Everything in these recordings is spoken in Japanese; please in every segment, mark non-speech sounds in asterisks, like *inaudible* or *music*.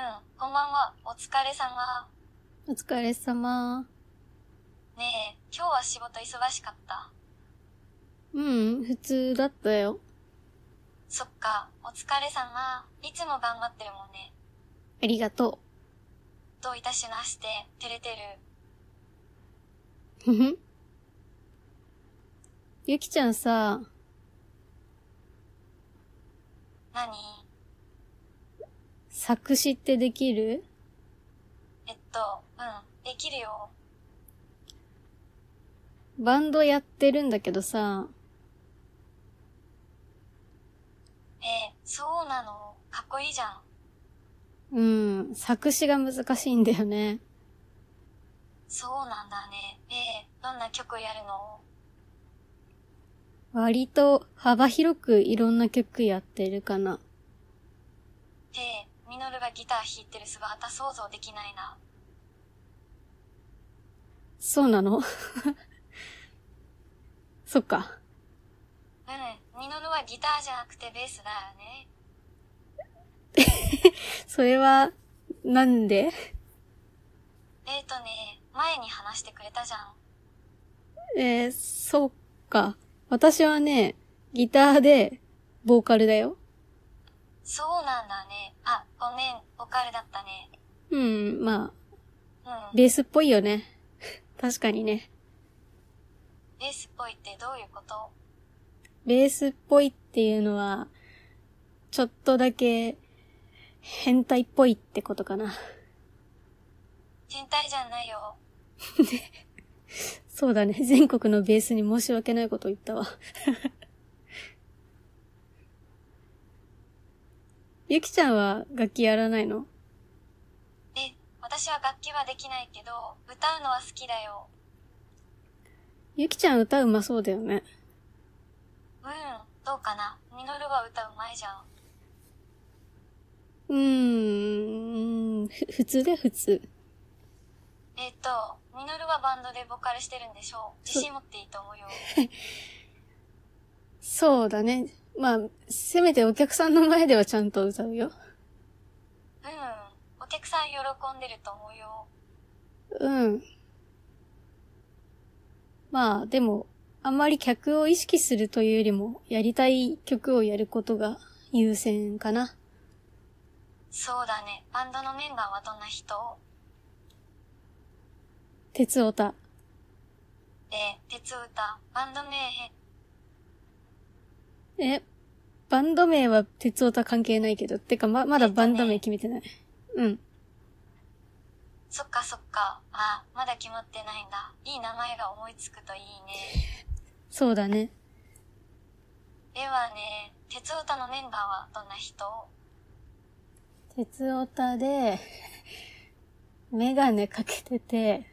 んは、お疲れ様。お疲れ様。ねえ、今日は仕事忙しかった。うん、普通だったよ。そっか、お疲れ様。いつも頑張ってるもんね。ありがとどういたしまして、照れてる。う。ふふ。ゆきちゃんさ、何作詞ってできるえっと、うん、できるよ。バンドやってるんだけどさ、えー、そうなの。かっこいいじゃん。うん、作詞が難しいんだよね。そうなんだね。えー、どんな曲やるの割と幅広くいろんな曲やってるかな。えー、ミノルがギター弾いてる姿想像できないな。そうなの *laughs* そっか。うん、ミノルはギターじゃなくてベースだよね。それは、なんでえーとね、前に話してくれたじゃん。えー、そっか。私はね、ギターで、ボーカルだよ。そうなんだね。あ、ごめん、ボカルだったね。うん、まあ、うん。ベースっぽいよね。 *laughs* 確かにね。ベースっぽいってどういうことベースっぽいっていうのは、ちょっとだけ、変態っぽいってことかな。天体じゃないよ。そうだね。 *laughs* 全国のベースに申し訳ないこと言ったわ。 *laughs* ゆきちゃんは楽器やらないのえ、私は楽器はできないけど、歌うのは好きだよ。ゆきちゃん歌うまそうだよね。うん、どうかな。ミノルは歌うまいじゃん。うーん、ふ普通だよ、普通。えっ、と、ミノルはバンドでボカルしてるんでしょう。自信持っていいと思うよ。そうだね。まあ、せめてお客さんの前ではちゃんと歌うよ。うん、お客さん喜んでると思うよ。うん。まあ、でも、あんまり客を意識するというよりも、やりたい曲をやることが優先かな。そうだね。バンドのメンバーはどんな人鉄オタ。え、鉄歌、バンド名、え、バンド名は鉄オタ関係ないけど、てかま、まだバンド名決めてない。うん。そっかそっか。あ、まだ決まってないんだ。いい名前が思いつくといいね。そうだね。ではね、鉄オタのメンバーはどんな人鉄オタで、メガネかけてて、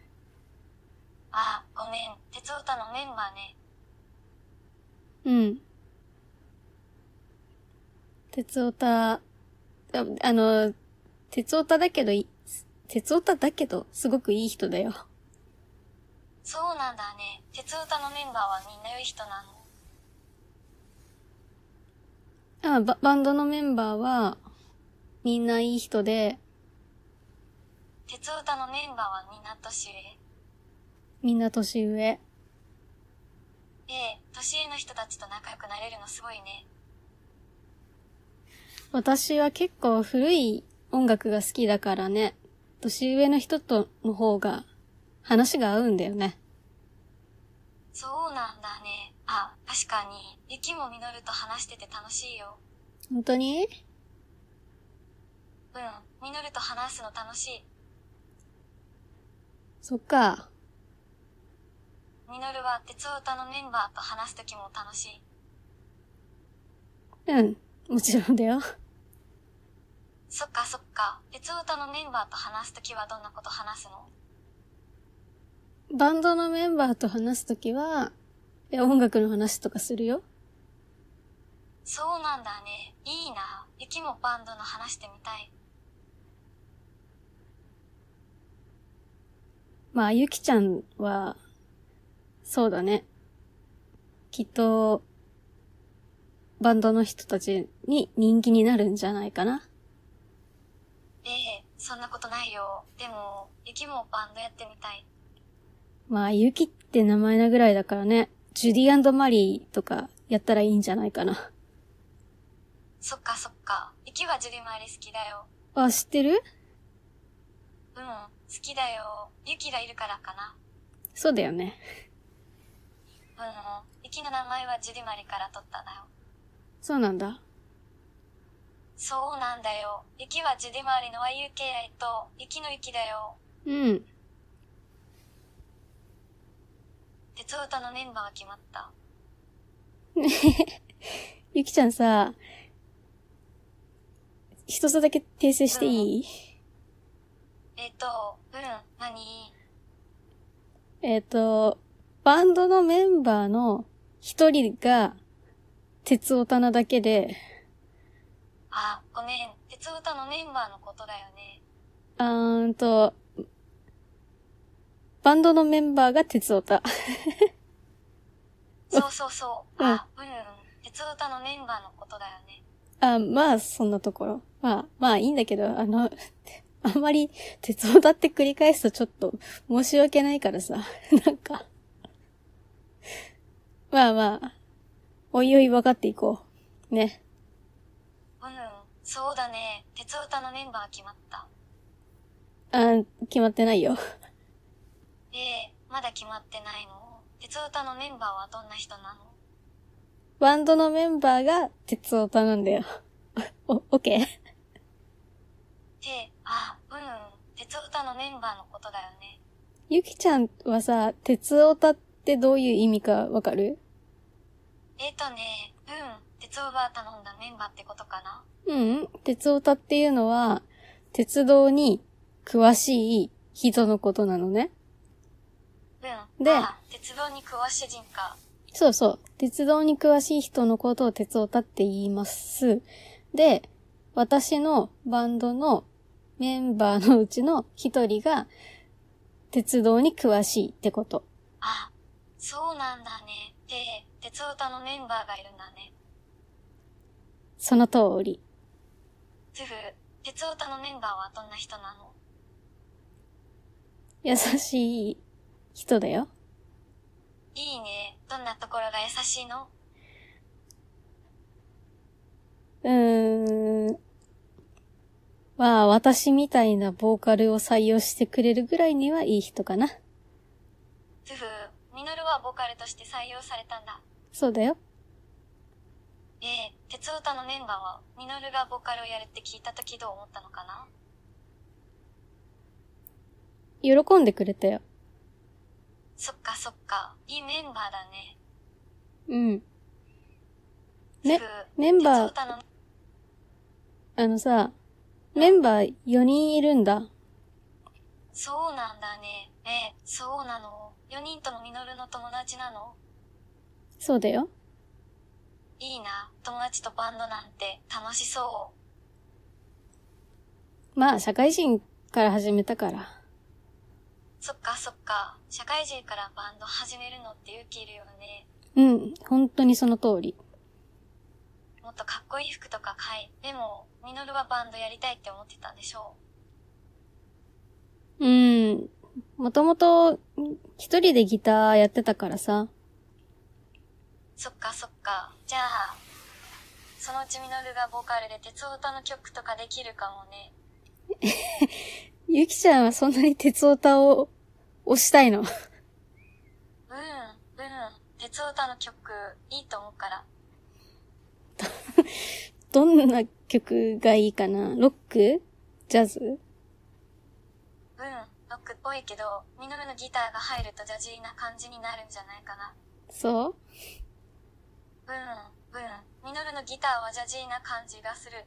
あ、ごめん。鉄オタのメンバーね。うん。鉄オタ、ああの、鉄オタだけどい、鉄オタだけど、すごくいい人だよ。そうなんだね。鉄オタのメンバーはみんな良い人なの。あババンドのメンバーは、みんないい人で、鉄オタのメンバーはみんな年上。みんな年上。ええ、年上の人たちと仲良くなれるのすごいね。私は結構古い音楽が好きだからね、年上の人との方が話が合うんだよね。そうなんだね。あ、確かに。雪も実ると話してて楽しいよ。本当にうん。実ると話すの楽しい。そっか。ミノルは鉄オタのメンバーと話すときも楽しい。うん。もちろんだよ。そっかそっか。鉄オタのメンバーと話すときはどんなこと話すのバンドのメンバーと話すときは、え音楽の話とかするよ。そうなんだね。いいな。雪もバンドの話してみたい。まあ、ゆきちゃんは、そうだね。きっと、バンドの人たちに人気になるんじゃないかな。ええそんなことないよ。でも、ゆきもバンドやってみたい。まあ、ユキって名前なぐらいだからね、ジュディマリーとかやったらいいんじゃないかな。そっかそっか。ゆきはジュリマリ好きだよ。あ、知ってるうん、好きだよ。ゆきがいるからかな。そうだよね。うん、ゆきの名前はジュリマリから取ったんだよ。そうなんだ。そうなんだよ。ゆきはジュディマリの YUKI と、ゆきのゆきだよ。うん。鉄オタのメンバーは決まった。ゆきちゃんさ、一つだけ訂正していい、えっ、と、うん、何えっ、と、バンドのメンバーの一人が、鉄オタなだけで、あ、ごめん。鉄オタのメンバーのことだよね。あーんと、バンドのメンバーが鉄オタ。 *laughs* そうそうそう。あ、うん、鉄オタのメンバーのことだよね。あ、まあ、そんなところ。まあ、まあいいんだけど、あの、 *laughs* あんまり、鉄オタって繰り返すとちょっと申し訳ないからさ、 *laughs* なんか。まあまあ、おいおい分かっていこう。ね。うん、そうだね。鉄オタのメンバーは決まった。あ、決まってないよ。えー、まだ決まってないの鉄オタのメンバーはどんな人なのバンドのメンバーが鉄オタなんだよ。 *laughs* お、オッケーて、あ、うん、鉄オタのメンバーのことだよね。ゆきちゃんはさ、鉄オタってどういう意味かわかるえっ、とね、うん、鉄オバー頼んだメンバーってことかなううん、鉄オタっていうのは、鉄道に詳しい人のことなのね。うん。であ、鉄道に詳しい人か。そうそう。鉄道に詳しい人のことを鉄オタって言います。で、私のバンドのメンバーのうちの一人が、鉄道に詳しいってこと。あ、そうなんだね。で、鉄オタのメンバーがいるんだね。その通り。ふふ、鉄オタのメンバーはどんな人なの優しい人だよ。いいね。どんなところが優しいのうーん。まあ、私みたいなボーカルを採用してくれるぐらいにはいい人かな。ふふ、ミノルはボーカルとして採用されたんだ。そうだよ。ええ、鉄オタのメンバーは、ミノルがボーカルをやるって聞いた時どう思ったのかな喜んでくれたよ。そっかそっか、いいメンバーだね。うん。ねふふメンバー鉄オタの、あのさ、メンバー4人いるんだ。そうなんだね。ええ、そうなの。4人ともミノルの友達なのそうだよ。いいな、友達とバンドなんて楽しそう。まあ、社会人から始めたから。そっかそっか。社会人からバンド始めるのって勇気いるよね。うん、本当にその通り。もっとかっこいい服とか買い。でも、ミノルはバンドやりたいって思ってたんでしょうん。もともと、一人でギターやってたからさ。う。そっかそっか。じゃあ、そのうちミノルがボーカルで鉄オタの曲とかできるかもね。ゆきちゃんはそんなに鉄オタを押したいの。うん、うん。鉄オタの曲、いいと思うから。どんな曲がいいかなロックジャズうん、ロックっぽいけど、ミノルのギターが入るとジャジーな感じになるんじゃないかな。そううん、うん。ミノルのギターはジャジーな感じがする。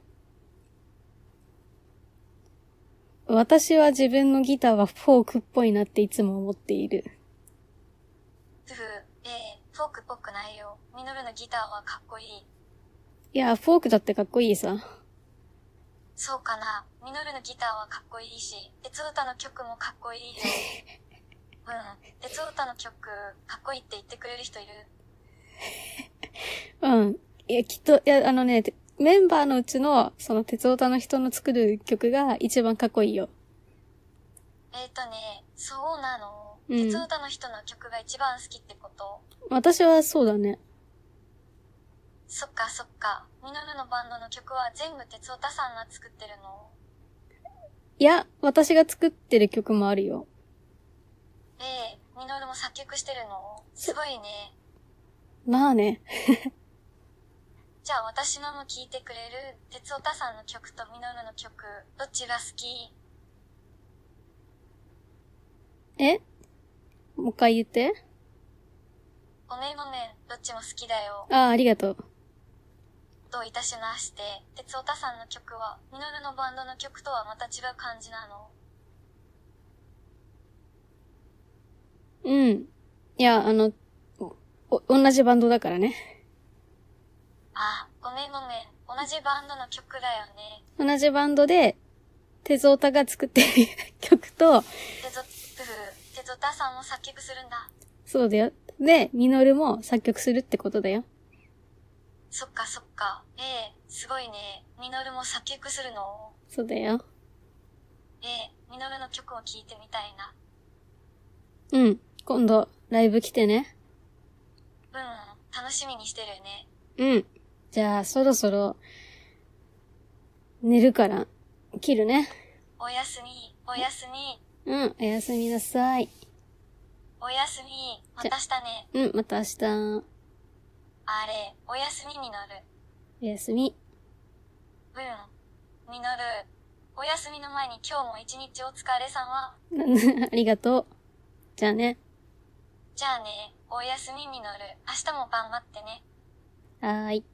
私は自分のギターはフォークっぽいなっていつも思っている。ふふ、ええフォークっぽくないよ。ミノルのギターはかっこいい。いや、フォークだってかっこいいさ。そうかな。ミノルのギターはかっこいいし、鉄オタの曲もかっこいいよ。うん、鉄オタの曲、かっこいいって言ってくれる人いる。うん。いや、きっと、いや、あのね、てメンバーのうちの、その、鉄オタの人の作る曲が一番かっこいいよ。えっ、とね、そうなの。うん鉄歌の人の曲が一番好きってこと。私はそうだね。そっかそっか。ミノルのバンドの曲は全部鉄オタさんが作ってるの。いや、私が作ってる曲もあるよ。ええミノルも作曲してるの。すごいね。まあね。じゃあ私のも聴いてくれる鉄オタさんの曲とミノルの曲、どっちが好きえもう一回言って。ごめんごめん、どっちも好きだよ。ああ、ありがとう。どういたしまして、鉄オタさんの曲は、ミノルのバンドの曲とはまた違う感じなの。うん。いや、あの、お、同じバンドだからね。ああ、ごめんごめん、同じバンドの曲だよね。同じバンドで、鉄オタが作ってる *laughs* 曲と、テゾ、テゾタさんも作曲するんだ。そうだよ。で、ミノルも作曲するってことだよ。そっかそっか。ええすごいね。ミノルも作曲するの。そうだよ。ええミノルの曲を聴いてみたいな。うん。今度、ライブ来てね。うん、楽しみにしてるよね。うん。じゃあ、そろそろ、寝るから、切るね。おやすみ、おやすみ、うん。おやすみなさい。おやすみ。また明日ね。うん。また明日、あれ、おやすみになる。おやすみ。 *laughs* うん。ミノル、おやすみの前に今日も一日お疲れ様。ありがとう。じゃあね。じゃあね、おやすみミノル。明日も頑張ってね。はーい。